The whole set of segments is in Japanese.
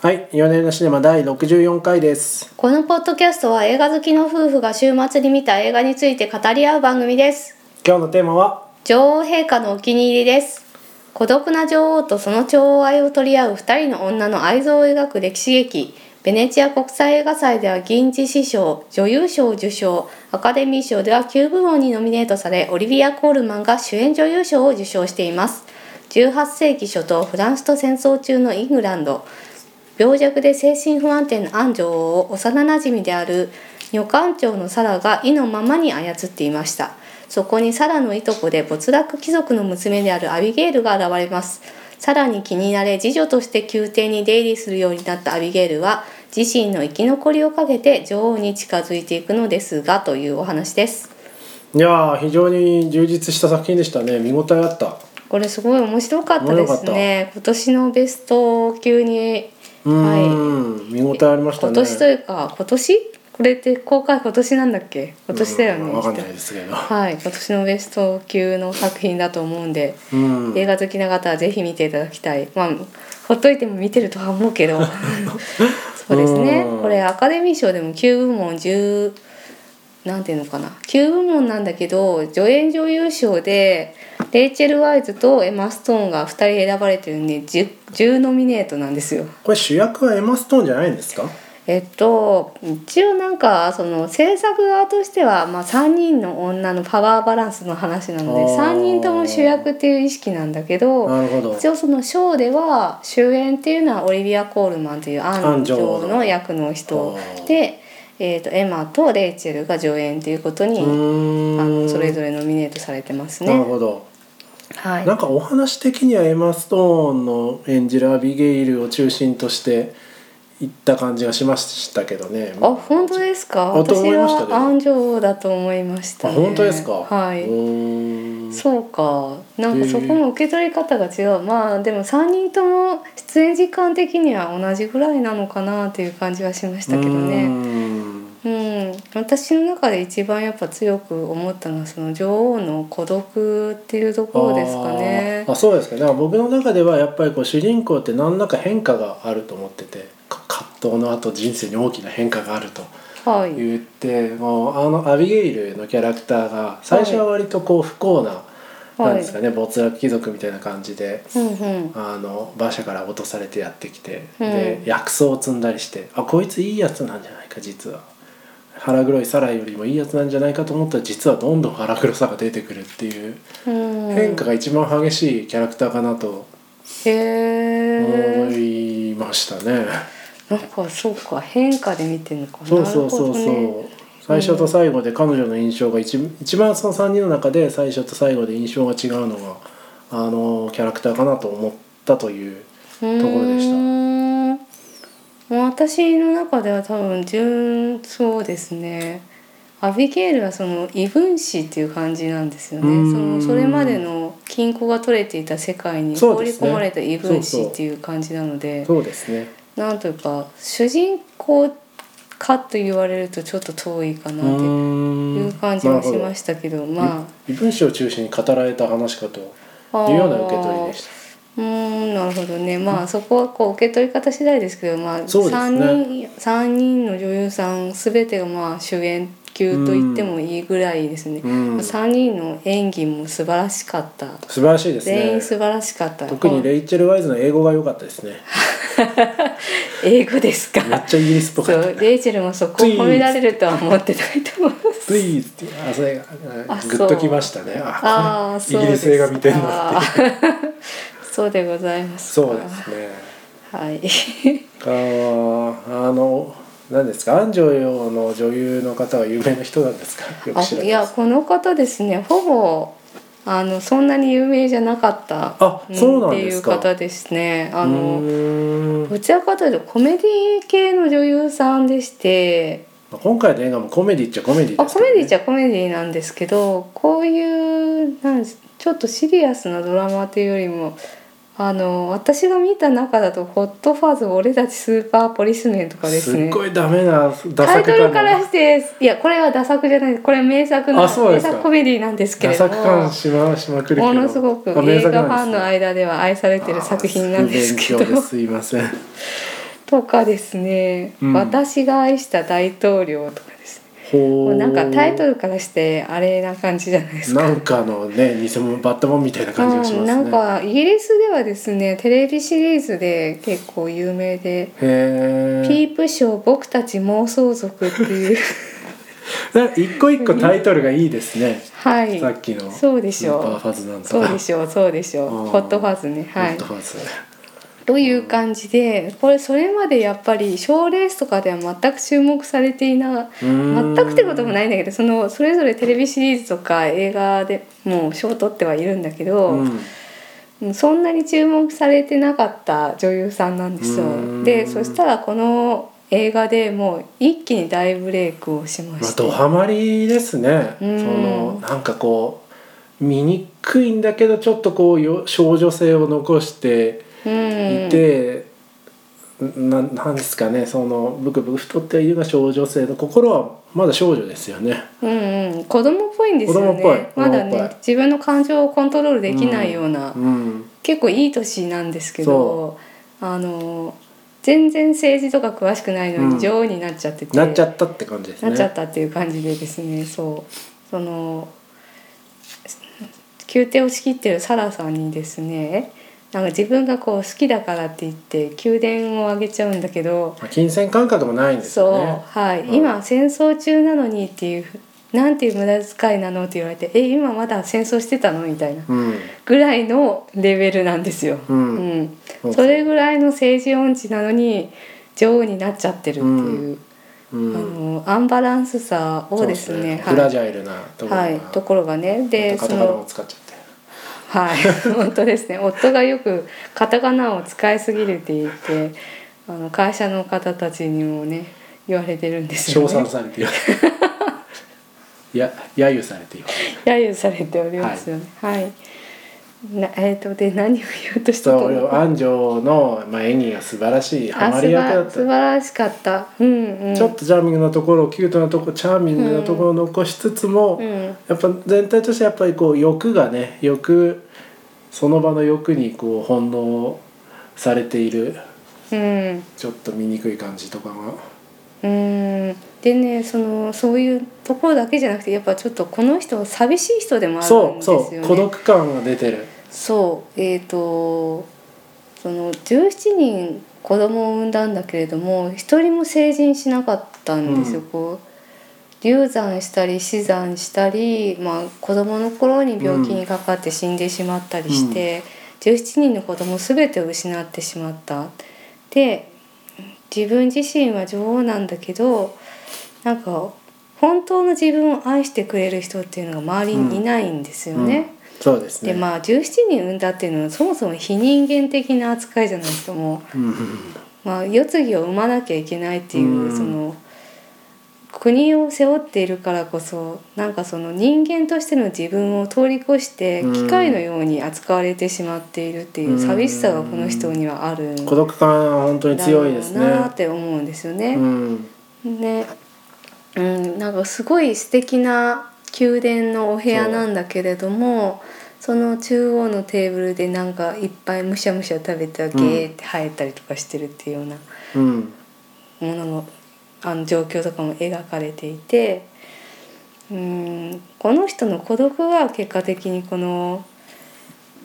はい、4年のシネマ第64回です。このポッドキャストは映画好きの夫婦が週末に見た映画について語り合う番組です今日のテーマは、女王陛下のお気に入りです孤独な女王とその寵愛を取り合う2人の女の愛憎を描く歴史劇ベネチア国際映画祭では銀獅子賞女優賞を受賞アカデミー賞では9部門にノミネートされオリビア・コールマンが主演女優賞を受賞しています18世紀初頭フランスと戦争中のイングランド病弱で精神不安定な安女王を幼なじみである女官長のサラが意のままに操っていましたそこにサラのいとこで没落貴族の娘であるアビゲールが現れますサラに気になれ次女として宮廷に出入りするようになったアビゲールは自身の生き残りをかけて女王に近づいていくのですがというお話ですいやー、非常に充実した作品でしたね。見応えあった。これすごい面白かったですね今年のベスト級にうーん、見応えありました今ね。年というか今年これって公開今年なんだっけ今年だようねんわかんないですけど。はい今年のベスト級の作品だと思うんで、うん。映画好きな方はぜひ見ていただきたいまあほっといても見てるとは思うけど そうですねうんこれアカデミー賞でも9部門10なんていうのかな9部門なんだけど助演女優賞でレイチェル・ワイズとエマ・ストーンが2人選ばれてるんで 10, 10ノミネートなんですよ。これ主役はエマストーンじゃないんですか。えっと一応なんかその制作側としては、まあ、3人の女のパワーバランスの話なのであー3人とも主役っていう意識なんだけどなるほど。一応そのショーでは主演っていうのはオリビア・コールマンというアンジョーの役の人あーで、えっとエマとレイチェルが助演ということにうーんあのそれぞれノミネートされてますなるね。ほど。はいなんかお話的にはエマストーンの演じるアビゲイルを中心として。いった感じがしましたけどね。あ本当ですかあと私思いましたけどはアンジョーだと思いました、あね、本当ですか。はい、うーんそうかなんへかえそこも受け取り方が違うまあでも3人とも出演時間的には同じぐらいなのかなっていう感じはしましたけどうねーんうん私の中で一番やっぱ強く思ったのはその女王の孤独っていうところですかねあーあそうですかだから僕の中ではやっぱりこう主人公って何らか変化があると思っててか葛藤のあと人生に大きな変化があるとはい言ってもうあのアビゲイルのキャラクターが最初は割とこう不幸な、いなんですかね没落貴族みたいな感じで。うんうんあの馬車から落とされてやってきて、うんで薬草を積んだりしてあこいついいやつなんじゃないか実は腹黒いサラよりもいいやつなんじゃないかと思ったら実はどんどん腹黒さが出てくるっていううん変化が一番激しいキャラクターかなとへ思えいましたね。んかそうか変化で見てるのかそうそうそうなそるう、ほどね最初と最後で彼女の印象が一一番その3人の中で最初と最後で印象が違うのがあのキャラクターかなと思ったという。うーんところでしたもう私の中では多分順そうですねアビゲールはその異分子っていう感じなんですようーねんそのそれまでの均衡が取れていた世界にそう放でりすね込まれた異分そう子そうっていう感じなのでそうですね。なんというか主人公かと言われるとちょっと遠いかなっていいう感じはしましたけどま異分子を中心に語られた話かとあいうような受け取りでしうーんなるほどねまあそこはこう受け取り方次第ですけど、まあそうですね三人三人の女優さん全てがまあ主演級と言ってもいいぐらいですねた。、うん、素三人の演技も素晴らしかった、晴らしいです全員素ね。晴らしかった特にレイチェル・ワイズの英語が良かったですね。英語です めっかちゃイギリスっぽそかった。うレイチェルもそこを褒められるとは思ってないと思いますプリーズってあそれがああそうグッときましたね。 あこああれそイうギでリすス映画見てるのって。か そうでございますかそうですね。はいあーあの何ですか安城洋の女優の方は有名な人なんですか。よくあ知らないいでやす。この方ですねほぼあのそんなに有名じゃなかったあそうなんってでいすうか方ですねあうのーんどちらかというとコメディ系の女優さんでして今回の映画もコメディっちゃコメディですあコメディじゃゃコメディなんですけどこういうなんですちょっとシリアスなドラマというよりもあの私が見た中だと「ホットファーズ俺たちスーパーポリスメン」とかですすねっごいダメなダサタ作イト感ルのからしていやこれはダ作じゃないこれ名作のあそうで名すか作コメディなんですけダれどサもく感しましまくるけどものすごくあ名映作画なんですねファンの間では愛されてる作品なんですけどあー不勉強ですいませんとかですね、うん私が愛した大統領」とかですねほ もううなんかタイトルからしてあれな感じじゃないですか。なんかのね偽物バッタモンみたいな感じがしますねうんなんかイギリスではですねテレビシリーズで結構有名で「へピえープショー僕たち妄想族」っ ていう一個一個タイトルがいいですね、はいさっきのそうでしょうスーパーファズなんとかそうでしょうそうでしょううんホットファズねはホいットファズという感じでこれそれまでやっぱり賞レースとかでは全く注目されていなうー全んくってこともないんだけどそのそれぞれテレビシリーズとか映画でもう賞を取ってはいるんだけど、うんそんなに注目されてなかった女優さんなんですうよんでそしたらこの映画でもう一気に大ブレイクをしままあした、ドハマりですね、うんそのなんかこう醜いんだけどちょっとこうよ少女性を残してうんいて、ななんですかねそのブクブク太ってはいるが少女性の心はまだ少女ですよね。うんうん、子供っぽいんですよ子供っぽいねまだ子供っぽねい自分の感情をコントロールできないような、うん、結構いい年なんですけどそあの全然政治とか詳しくないのうにん女王になっちゃってて、なっちゃったって感じですね。なっちゃったっていう感じでですねそうその宮廷を仕切ってるサラさんにですねなんか自分がこう好きだからって言って宮殿をあげちゃうんだけど、まあ金銭感覚もないんですそう、よね。はい、うん今戦争中なのにっていうなんていう無駄遣いなのって言われてえ今まだ戦争してたのみたいなうん、ぐらいのレベルなんですよ。うんうんそうそうそれぐらいの政治音痴なのに女王になっちゃってるっていう、うん、あのアンバランスさをですそうねフラジャイルなところが、はい、ところがねでカそタカナもの使っちゃって。はい 本当ですね夫がよくカタカナを使いすぎるって言ってあの会社の方たちにもね言われてるんですよ称賛ねされ ていますいや揶揄されています揶揄されておりますよねはい、なえっ、とで何を言おうとしたそのうよ安城の、まあ、演技が素晴らしいハあマすり役だばっ素晴たらしかったうんうんちょっとチャーミングなところキュートなところチャーミングなところを残しつつも、うんやっぱ全体としてやっぱりこう欲がね欲その場の欲にこう翻弄されているうんちょっと醜い感じとかがうんでねそのそういうところだけじゃなくてやっぱちょっとこの人は寂しい人でもあるんそうですよね。そう孤独感が出てるそうえー、とその17人子供を産んだんだけれども一人も成人しなかったんですよ、うんこう流産したり死産したり、まあ、子供の頃に病気にかかって死んでしまったりして、17人の子供全てを失ってしまった。で自分自身は女王なんだけどなんか本当の自分を愛してくれる人っていうのが周りにいないんですよね。うんそうですねでまあ17人産んだっていうのはそもそも非人間的な扱いじゃないですかもうんうんう、まあ、世継ぎを産まなきゃいけないっていう、うんその国を背負っているからこそなんかその人間としての自分を通り越してうん機械のように扱われてしまっているっていう寂しさがこの人にはあるん孤独感は本当にだろ強ういですねなって思うんですよね。うんね、うん、なんかすごい素敵な宮殿のお部屋なんだけれどもその中央のテーブルでなんかいっぱいむしゃむしゃ食べたゲーって生えたりとかしてるっていうようなうんもののあの状況とかも描かれていてうんこの人の孤独が結果的にこの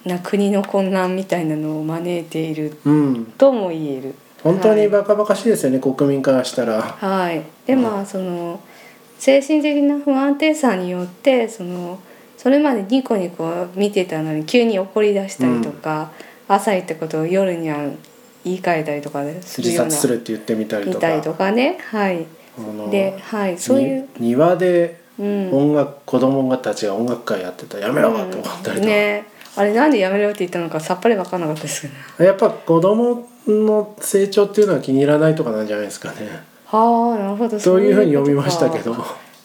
な国の混乱みたいなのを招いているうんとも言える。本当はいにバカバカしいですよね、国民からしたら。はい、でまあその精神的な不安定さによってそのそれまでニコニコ見てたのに急に怒り出したりとか、朝行ったことを夜には言い換えたりとかする自よう殺すなるって言ってみたり見とたか。りとかねはいそのではいそういう、に庭でうん、音楽、子供たちが音楽会やってたらやめろって思ったりとか、ねあれなんでやめろって言ったのかさっぱり分かんなかったですけどねやっぱ子供の成長っていうのは気に入らないとかなんじゃないですかね。はあなるほどそういうふうにこと読みかましたけど、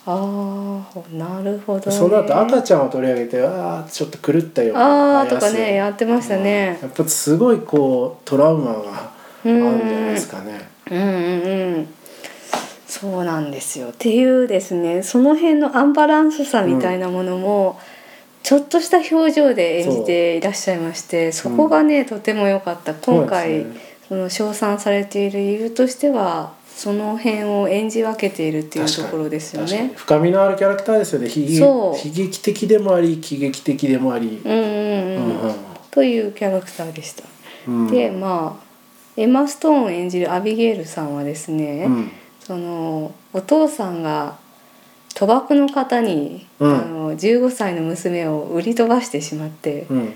ああなるほど、ね、その後赤ちゃんを取り上げて、ああちょっと狂ったよ。ああとやかすねやってましたね、やっぱすごいこうトラウマがあるんじゃないですかね。うんうんうんそうなんですよっていうですねその辺のアンバランスさみたいなものも、ちょっとした表情で演じていらっしゃいましてそこがね、とても良かった今そう回ですねその称賛されている理由としてはその辺を演じ分けているっていうところですよ確かにね。深みのあるキャラクターですよね悲劇そう悲劇的でもあり喜劇的でもあり、うんうんううんんというキャラクターでした。うんうん、でまあエマ・ストーン演じるアビゲイルさんはですね、うんそのお父さんが賭博の方に、うんあの15歳の娘を売り飛ばしてしまって、うん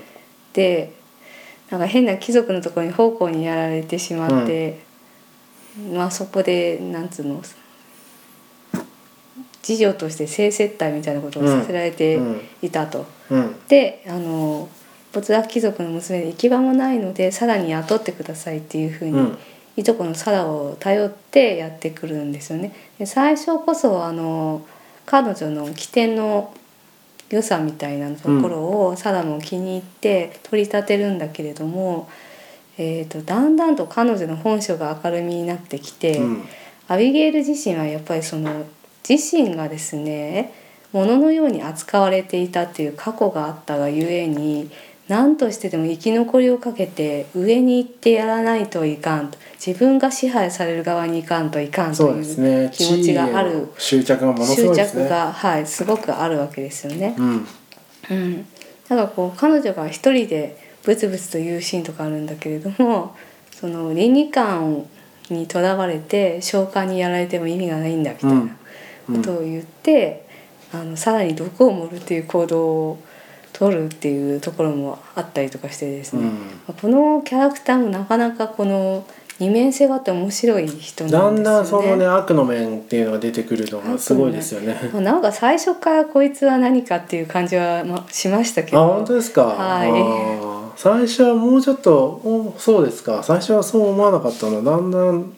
でなんか変な貴族のところに奉公にやられてしまって、まあそこでなんつうの次女として性接待みたいなことをさせられてうんいたと。うんであの没落貴族の娘で行き場もないのでさらに雇ってくださいっていうふうに、うんいとこのサラを頼ってやってくるんですよね。で最初こそあの彼女の起点の良さみたいなところをサラも気に入って取り立てるんだけれども、えー、とだんだんと彼女の本性が明るみになってきて。うんアビゲイル自身はやっぱりその自身がですね物のように扱われていたっていう過去があったがゆえに何としてでも生き残りをかけて上に行ってやらないといかんと自分が支配される側にいかんといかんそとういですうね気持ちがあ地位へるの執着がものす執ごいですね着がはいすごくあるわけですよね。うんうん、なんかこう彼女が一人でブツブツというシーンとかあるんだけれども その倫理観にとらわれて召喚にやられても意味がないんだみたいなうんことを言って、あのさらに毒を盛るっていう行動を取るっていうところもあったりとかしてですうね、んこのキャラクターもなかなかこの二面性があって面白い人なんですよだね。んだんそのね悪の面っていうのが出てくるのがすごいですよね。まあなんか最初からこいつは何かっていう感じは、まあ、しましたけ あど本当ですか、はいあー最初はもうちょっとおそうですか最初はそう思わなかったのだんだん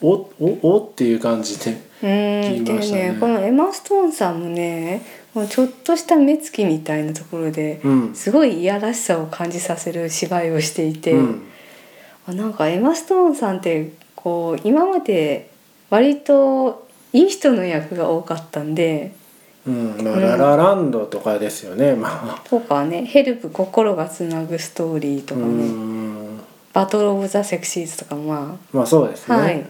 おおおっていう感じでうーん聞きでましたねねこのエマ・ストーンさんもねもうちょっとした目つきみたいなところでうんすごいいやらしさを感じさせる芝居をしていて、うんあなんかエマ・ストーンさんってこう今まで割といい人の役が多かったんでうんまあ、うんララランドとかですよねまあとかね「ヘルプ心がつなぐストーリー」とうかね「んバトル・オブ・ザ・セクシーズ」とかままあそうですあね、はい、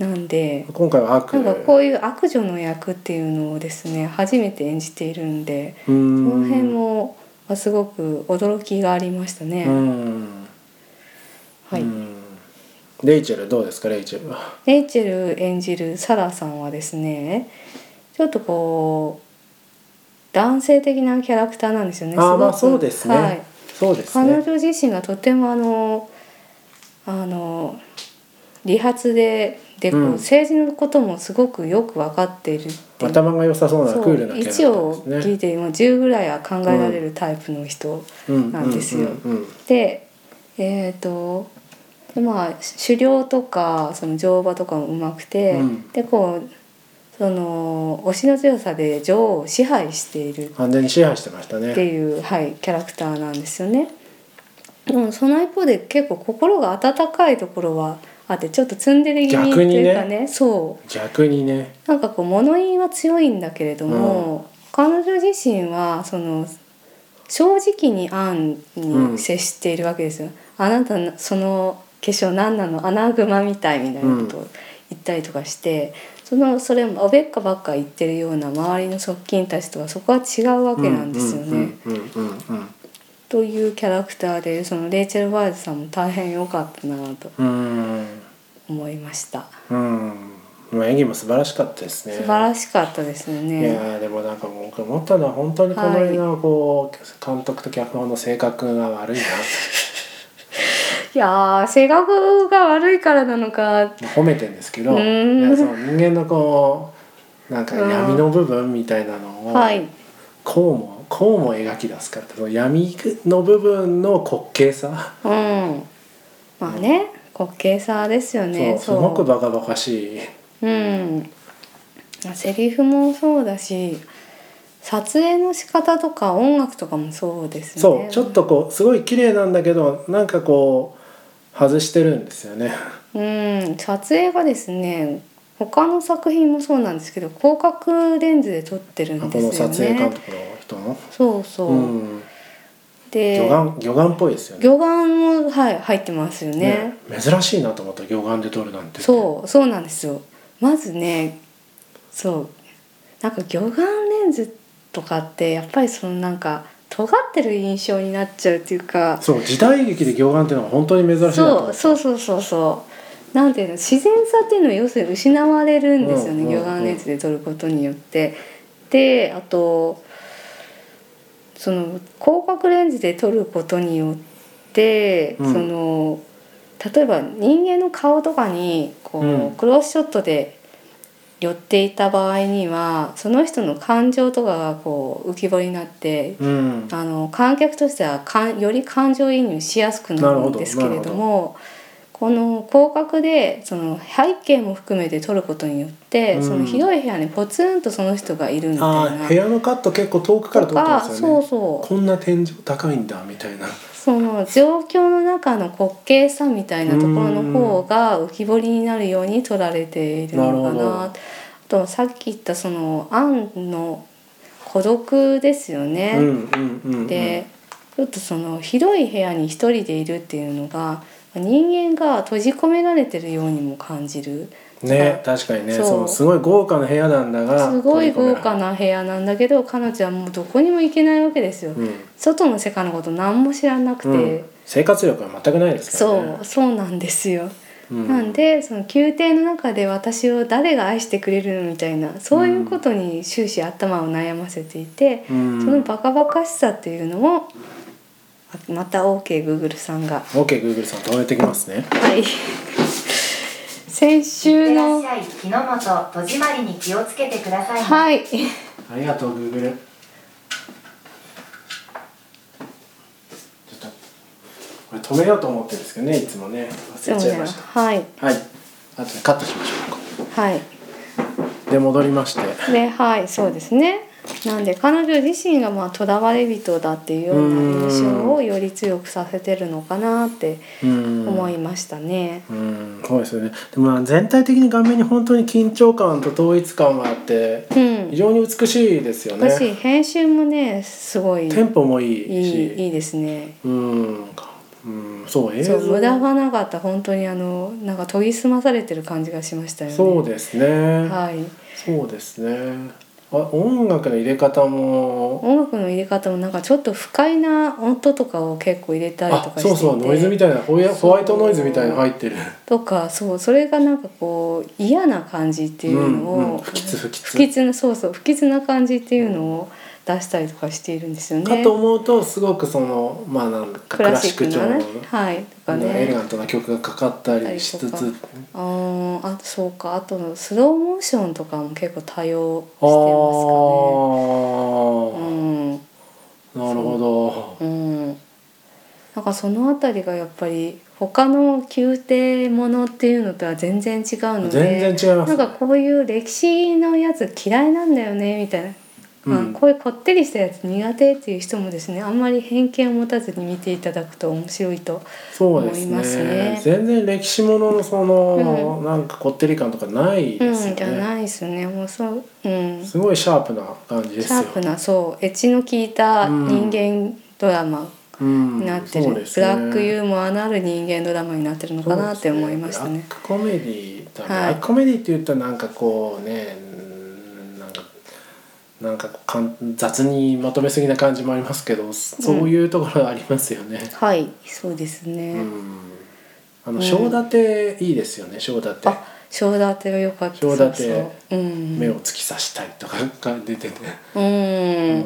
なんで今回は悪なんかこういう悪女の役っていうのをですね初めて演じているんで。うそんの辺もまあすごく驚きがありましたね。うんはい、うんレイチェルどうですかレイチェルはレイチェル演じるサラさんはですねちょっとこう男性的なキャラクターなんですよね。あごあくまあそうですね、はい、そうです彼ね女自身がとてもあのあの理髪ででこう、うん政治のこともすごくよく分かっているっていう頭が良さそうなそクールうなキャラクターです1をね聞いてもう10ぐらいは考えられるタイプの人。なんですようんうんうんでえっ、とでまあ狩猟とかその乗馬とかもうまくて、うんでこうその推しの強さで女王を支配している完全に支配してましたっね。ていう、はい、キャラクターなんですよね。でもその一方で結構心が温かいところはあってちょっとツンデレ気味と逆にねいうかねそう逆にね、なんかこう物言いは強いんだけれども、彼女自身はその正直にアンに接しているわけですよ。あなたのその化粧何なのアナグマみたいみたいなことを言ったりとかして、そのそれもおべっかばっか言ってるような周りの側近たちとはそこは違うわけなんですよね。うんうんうんうんというキャラクターでそのレイチェル・ワイズさんも大変良かったなとうんうん思いました。うんうん。まあ演技も素晴らしかったですね。素晴らしかったですよいね。やーでもなんか僕思ったのは本当にこの映画はこう、監督と脚本の性格が悪いいやー性格が悪いからなのかな褒めてんですけどういんやその人間のこうなんか闇の部分みたいなのを、はいこうもこうも描き出すからその闇の部分の滑稽さ。うんまあね滑稽さですよねそうすごくバカバカしい、うんセリフもそうだし撮影の仕方とか音楽とかもそうですよそねうちょっとこうすごい綺麗なんだけどなんかこう外してるんですよねうん撮影がですね他の作品もそうなんですけど広角レンズで撮ってるんこでのすよ撮影監ね督の人も、そうそう、うん、で魚眼魚眼っぽいですよね魚眼もはい入ってますよねね珍しいなと思った魚眼で撮るなんてそうそうなんですよまずねそうなんか魚眼レンズとかってやっぱりそのなんか尖ってる印象になっちゃうっていうかそう時代劇で魚眼っていうのは本当に珍しいなと思そっうたそうそうそうそうなんていうの自然さっていうのは要するに失われるんですようね、んうんうん魚眼レンズで撮ることによってであとその広角レンズで撮ることによって、うんその例えば人間の顔とかにこう、うんクロスショットで寄っていた場合にはその人の感情とかがこう浮き彫りになってうんあの観客としてはかんより感情移入しやすくなるんですけれなるどほもこの広角でその背景も含めて撮ることによって、うんその広い部屋にポツンとその人がいるみたあいーな部屋のカット結構遠くから撮ってますよそうねそうこんな天井高いんだみたいなその状況の中の滑稽さみたいなところの方が浮き彫りになるように撮られているのかなるなほどあとさっき言ったそのアンの孤独ですよね。うんうんうんうんでちょっとその広い部屋に一人でいるっていうのが人間が閉じ込められてるようにも感じるね確かにねそうそのすごい豪華な部屋なんだがすごい豪華なな部屋なんだけど彼女はもうどこにも行けないわけですよ、うん外の世界のこと何も知らなくて、うん生活力は全くないですからそねうそうなんですよ、うんなんでその宮廷の中で私を誰が愛してくれるのみたいなそういうことに終始頭を悩ませていて、うんそのバカバカしさっていうのもあまた OKGoogle さんが OKGoogle さん止めてきますねはい。先週いらっのしゃい火の元戸締まりに気をつけてくださいねはい。ありがとう Google ちょっとこれ止めようと思ってるんですけどねいつもね忘れちゃいましたはいはいあとでカットしましょはい。うで戻りましてで、はい、そうですね。なんで彼女自身がまあ囚われ人だっていうような印象をより強くさせてるのかなってうん思いましたね。うんそうですよねでもまあ全体的に画面に本当に緊張感と統一感があってうん非。常に美しいですよね私編集もねすごいいいテンポもいいしいいですね。うんうんそう映そ像う無駄がなかった本当にあのなんか研ぎ澄まされてる感じがしましたよね。そうですね、はい。そうですねあ音楽の入れ方も音楽の入れ方もなんかちょっと不快な音とかを結構入れたりとあかしていてそうそうノイズみたいなホワイそうホワイトノイズみたいなの入ってるとかそうそれがなんかこう嫌な感じっていうのを、んうん、不吉不吉不吉なそうそう不吉な感じっていうのを出したりとかしているんですよね。かと思うとすごくそのまあなんかククララシッシックク調なの、ねはいとかエレガね。ントな曲がかかったりしつあったつりあーあそうかあとのスローモーションとかも結構多用してああーますかね。なるほうんうん。なんかそのあたりがやっぱり他の宮廷ものっていうのとは全然違うどので。全然違いますなんねかこういう歴史のやつ嫌いなんだよねみたいな、まあうんこういうこってりしたやつ苦手っていう人もですねあんまり偏見を持たずに見ていただくと面白いとそうです思いますねね全然歴史もののその、なんかこってり感とかないうんですよじゃね、ないですねもうそううんシすごいシャープな感じですよャープなそうエッジの効いた人間ドラマうんになってる、そうでブラすねックユーモアのある人間ドラマになってるのかなって思いましたねブラックコメディだね、はブいラックコメディって言うとなんかこうねうんなんかなんかこうかん雑にまとめすぎな感じもありますけどそういうところがありますよね。はいそうですね、うんあうのん正立ていいですよね正立てあ正立てが良かった正立てそうそううん目を突き刺したりとかが出てて、う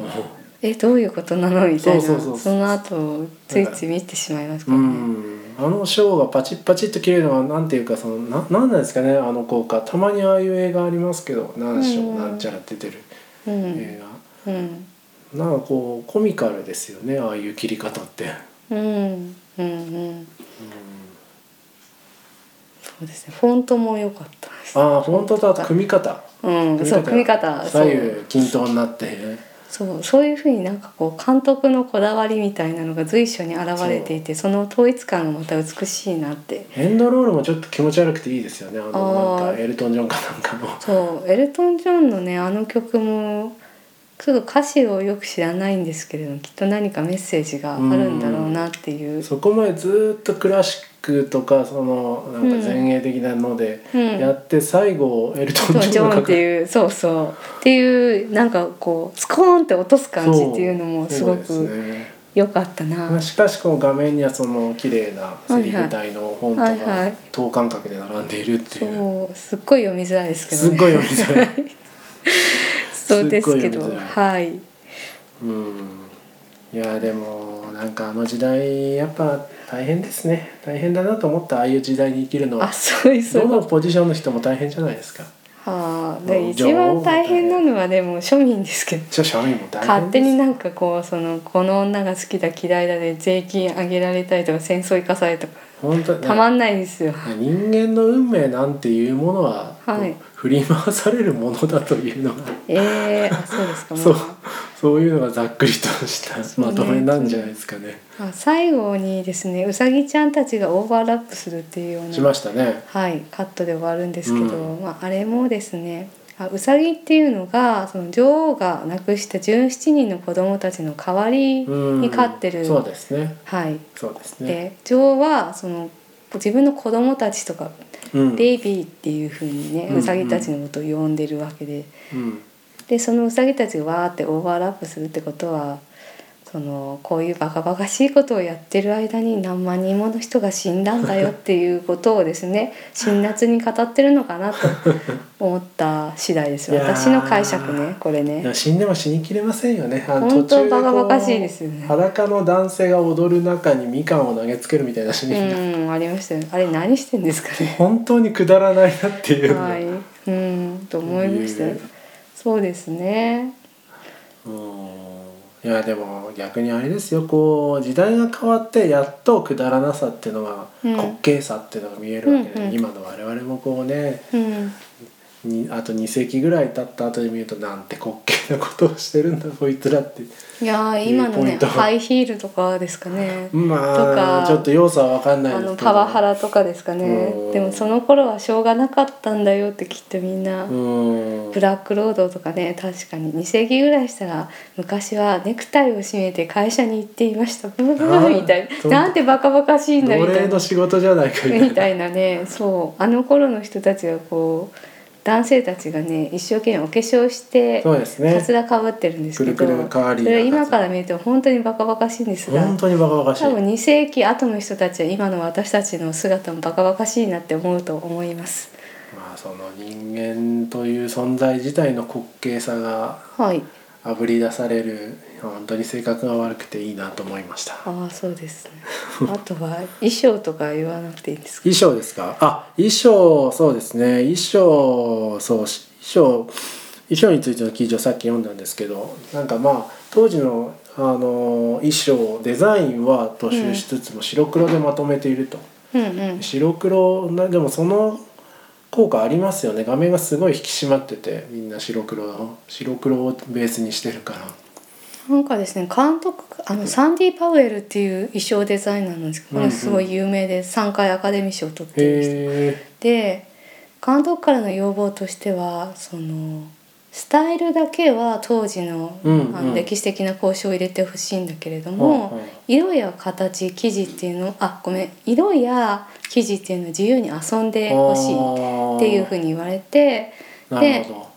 んえどういうことなのみたいなそそうそうそうの後ついつい見てしまいますかうらね、ん、あのショーがパチッパチッと切れるのはなんていうかそのななんなんですかねあの効果たまにああいう映画ありますけど何章、うんなんちゃら出てるうん映画。うんなんかこうコミカルですよねああいう切り方って、うんうんうんそうですねフォントも良かったですああ本当だ組み方うんそう組み方そ左う右均等になってそうそういうふうになんかこう監督のこだわりみたいなのが随所に現れていてその統一感がまた美しいなってエンドロールもちょっと気持ち悪くていいですよねあのあーなんかエルトン・ジョンかなんかのそうエルトン・ジョンのねあの曲もちょっと歌詞をよく知らないんですけれどもきっと何かメッセージがあるんだろうなっていう。そこまでずっとクラシックとかそのなんか前衛的なのでうんやって最後エルトン・ジジョョンがかンっかてるいうそうそうっていうなんかこうスコーンって落とす感じっていうのもすごそうくですね良かったな。しかしこの画面にはその綺麗なセリフ体の本とかはいはい等間隔で並んでいるっていうそうすっごい読みづらいですけどすね。っごい読みづらいそうですけどすっごい読みづらいはい。うんいやでもなんかあの時代やっぱ大変ですね大変だなと思ったああいう時代に生きるのはあそういうそうどいうのこと。ポジションの人も大変じゃないですかはあ、でうん一番大変なのはでも庶民ですけど。じゃあ庶民も大変です勝手になんかこうそのこの女が好きだ嫌いだで税金上げられたりとか戦争行かされたとか本当にたまんないですよ。人間の運命なんていうものは、はい振り回されるものだというのが ええー、あそうですか。そうまそういうのがざっくりとしたうねまとめなんじゃないですかね。あ、あ最後にですねうさぎちゃんたちがオーバーラップするっていうようしなましたね。はいカットで終わるんですけど、うまああれもですね。あうさぎっていうのがその女王が亡くした17人の子供たちの代わりうんに飼ってる、そうですね。はいそうですね。で女王はその自分の子供たちとかうん、ベイビーっていう風にねうんうさぎたちのことを呼んでるわけでうん、でそのうさぎたちがわーってオーバーラップするってことはそのこういうバカバカしいことをやってる間に何万人もの人が死んだんだよっていうことをです ね辛辣に語ってるのかなと思った次第ですいやー私の解釈ねこれいやね死んでも死にきれませんよね。あの本当途中でこバうカバカしいですよね裸の男性が踊る中にみかんを投げつけるみたいなシーンが、うんありましたよあれ何してんですかね本当にくだらないなって いうのが、はい、うん、と思いましたようん。そうですね。うんいやでも逆にあれですよこう時代が変わってやっとくだらなさっていうのが、うん滑稽さっていうのが見えるわけで、うんうん今の我々もこうねうん、にあと2世紀ぐらい経った後で見るとなんて滑稽なことをしてるんだこいつらっていやー、今のポイね、ントハイヒールとかですかね。とまかあちょっと要素は分かんないあでのすけどパワハラとかですかねうん。でも、その頃はしょうがなかったんだよって、きっとみんな。うんブラックロードとかね確かに2世紀ぐらいしたら昔はネクタイを締めて会社に行っていました ブブブあーみたいそうななんてバカバカしいんだみ奴たい隷なの仕事じゃないかみたいみなたいなねそうあの頃の人たちがこう男性たちがね一生懸命お化粧してそうですかねつらかぶってるんですけどくるくるカーリーなそれは今から見ると本当にバカバカしいんですが本当にバカバカしい多分2世紀後の人たちは今の私たちの姿もバカバカしいなって思うと思います。まあその人間という存在自体の滑稽さがはいあぶり出される本当に性格が悪くていいなと思いましたああそうです ねあとは衣装とか言わなくていいんですか衣装ですかあ衣装そうですね衣装そうし衣装衣装についての記事をさっき読んだんですけどなんかまあ当時のあの衣装デザインは踏襲しつつも白黒でまとめていると、うんうん白黒なでもその効果ありますよね画面がすごい引き締まっててみんな白黒を白黒をベースにしてるからなんかですね監督あのサンディ・パウエルっていう衣装デザイナーなんですけどこれすごい有名で3回アカデミー賞を取ってるんですへえで監督からの要望としてはそのスタイルだけは当時の,、うんうんあの歴史的な交渉を入れてほしいんだけれども、うんうん色や形生地っていうのあごめん色や生地っていうのを自由に遊んでほしいっていうふうに言われてなるほど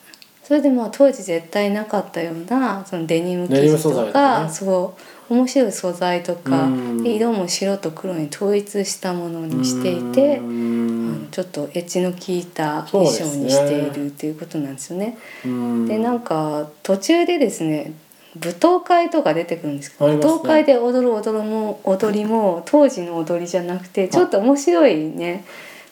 それでまあ当時絶対なかったようなそのデニムデ生ニム地素材とかとか、ねそう面白い素材とか、うんで色も白と黒に統一したものにしていて。うあんのちょっとエッジの効いた衣装にしているっていうことなんですよね。うんでなんか途中でですね舞踏会とか出てくるんですけど、ありますね舞踏会で踊る踊るも踊りも当時の踊りじゃなくてちょっと面白いね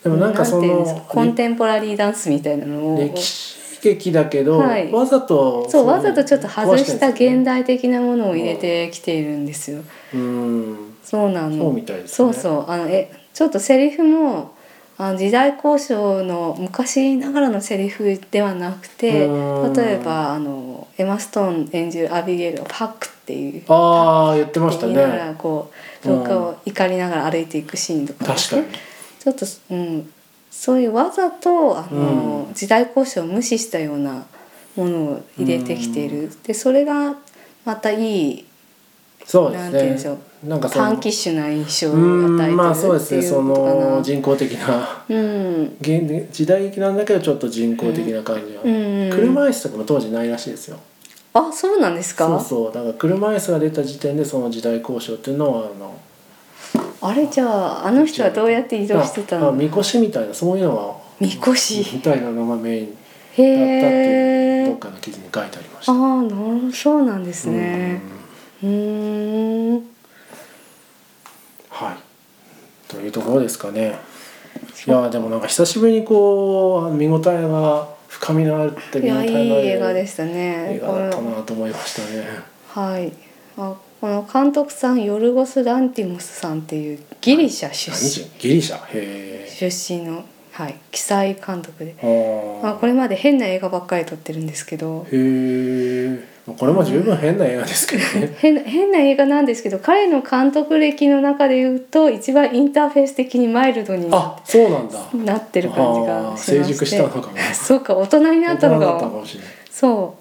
でもなんかそていうんですかのコンテンポラリーダンスみたいなのを歴史劇だけど、はいわざとそうわざとちょっと外した現代代的なものを入れてきているんですよ。うんそうなのそうみたいですねそうそうあのえちょっとセリフもあの時代交渉の昔ながらのセリフではなくてうん例えばあのエマ・ストーン演じるアビゲイルは「パック」っていうああ言ってまっしてた言いながらねこううん廊下を怒りながら歩いていくシーンとかで確すかねにちょっと、うん、そういうわざとあの、う時代交渉を無視したようなものを入れてきている、でそれがまたいいそうでなすんて言うんねでしょうなんかその短キッシュな印象をう与えんてるまあそうでっすてねいうそことかなの人工的なうん現時代劇なんだけどちょっと人工的な感じが、うん車椅子とかも当時ないらしいですよあそうなんですかそうそうだから車椅子が出た時点でその時代交渉っていうのはあのあれじゃああの人はどうやって移動してたああのみこしみたいなそういうのはみこしみたいなのがメインだったへっていうどえっかの記事に書いてありましたああなるほどそうなんですねうんうーんはいというところですかねいやでもなんか久しぶりにこう見応えが深みのあるってい見応えのやあいるい映画でしたね映画こだったのなと思いましたねはいあこの監督さんヨルゴス・ランティモスさんっていうギリシャ出何身人ギリシャへ出身の、はい、記載監督で、えあまあ、これまで変な映画ばっかり撮ってるんですけどへえこれも十分変な映画ですけどね変な変な映画なんですけど彼の監督歴の中で言うと一番インターフェース的にマイルドになあそうなんだなってる感じあがーし成まして熟したのかも そうか大人になったの大人だったかがもしれないそう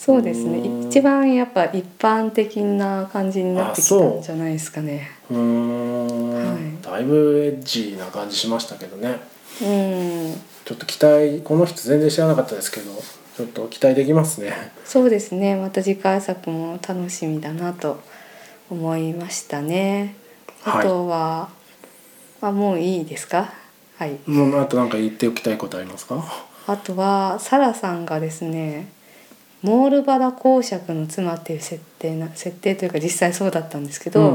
そうですねうん一番やっぱ一般的な感じになってきたんじゃないですかねうーん、はいだいぶエッジな感じしましたけどねうんちょっと期待この人全然知らなかったですけどちょっと期待できますねそうですねまた次回作も楽しみだなと思いましたねはいあとは、あもういいですかはいもうあとなんか言っておきたいことありますかあとはサラさんがですねモールバダ公爵の妻っていう設定な設定というか実際そうだったんですけど、うんう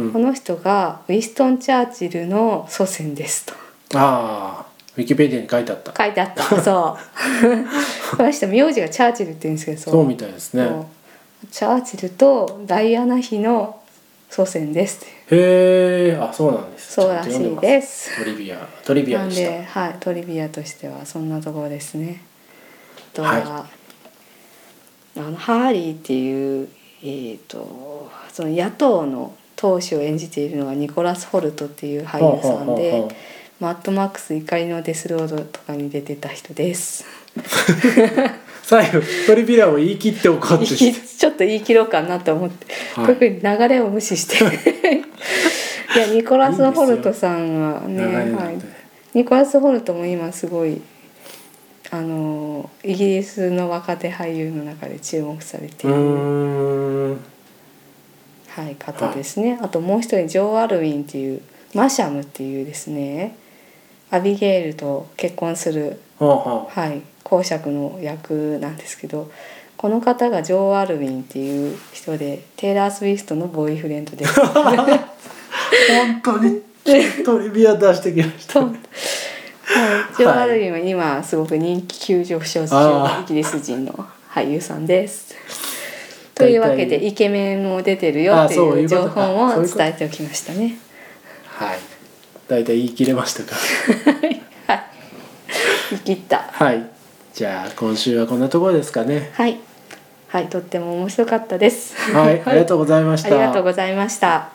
んうこん、の人がウィンストン・チャーチルの祖先ですと ああウィキペディアに書いてあった書いてあったそう この人名字がチャーチルって言うんですけどそそうみたいですそねうチャーチルとダイアナ妃の祖先ですっていうへえあそうなんですそうらしちゃんとい読んででますすトリビアトリビなアんでしたで、はい、トリビアとしてはそんなところですね。あとは、はあのハーリーっていう、えー、とその野党の党首を演じているのがニコラス・ホルトっていう俳優さんほうほうでほうほう「マッドマックス怒りのデスロード」とかに出てた人です。最後トリビアを言い切っておこうってしてちょっと言い切ろうかなと思って、はい特に流れを無視して いやニコラス・ホルトさんはね長いはないんて、、ニコラス・ホルトも今すごいあのイギリスの若手俳優の中で注目されてういる、ーんはい、方ですね、あともう一人ジョー・アルウィンっていうマシャムっていうですねアビゲイルと結婚する、はあはあ はい、公爵の役なんですけどこの方がジョー・アルウィンっていう人でテイラー・スウィフトのボーイフレン ドです本当にトリビア出してきましと、たはい、ジョー・アルウィンは今すごく人気急上昇中あのーイギリス人の俳優さんです。と大体いうわけでイケメンも出てるよってあそういいううこと情報あそうをいうこと伝えておきましたね。はい大体言い切れましたか言い切った。はいじゃあ今週はこんなところですかねはい。はい、とっても面白かったです。はいありがとうございましあたりがとうございました。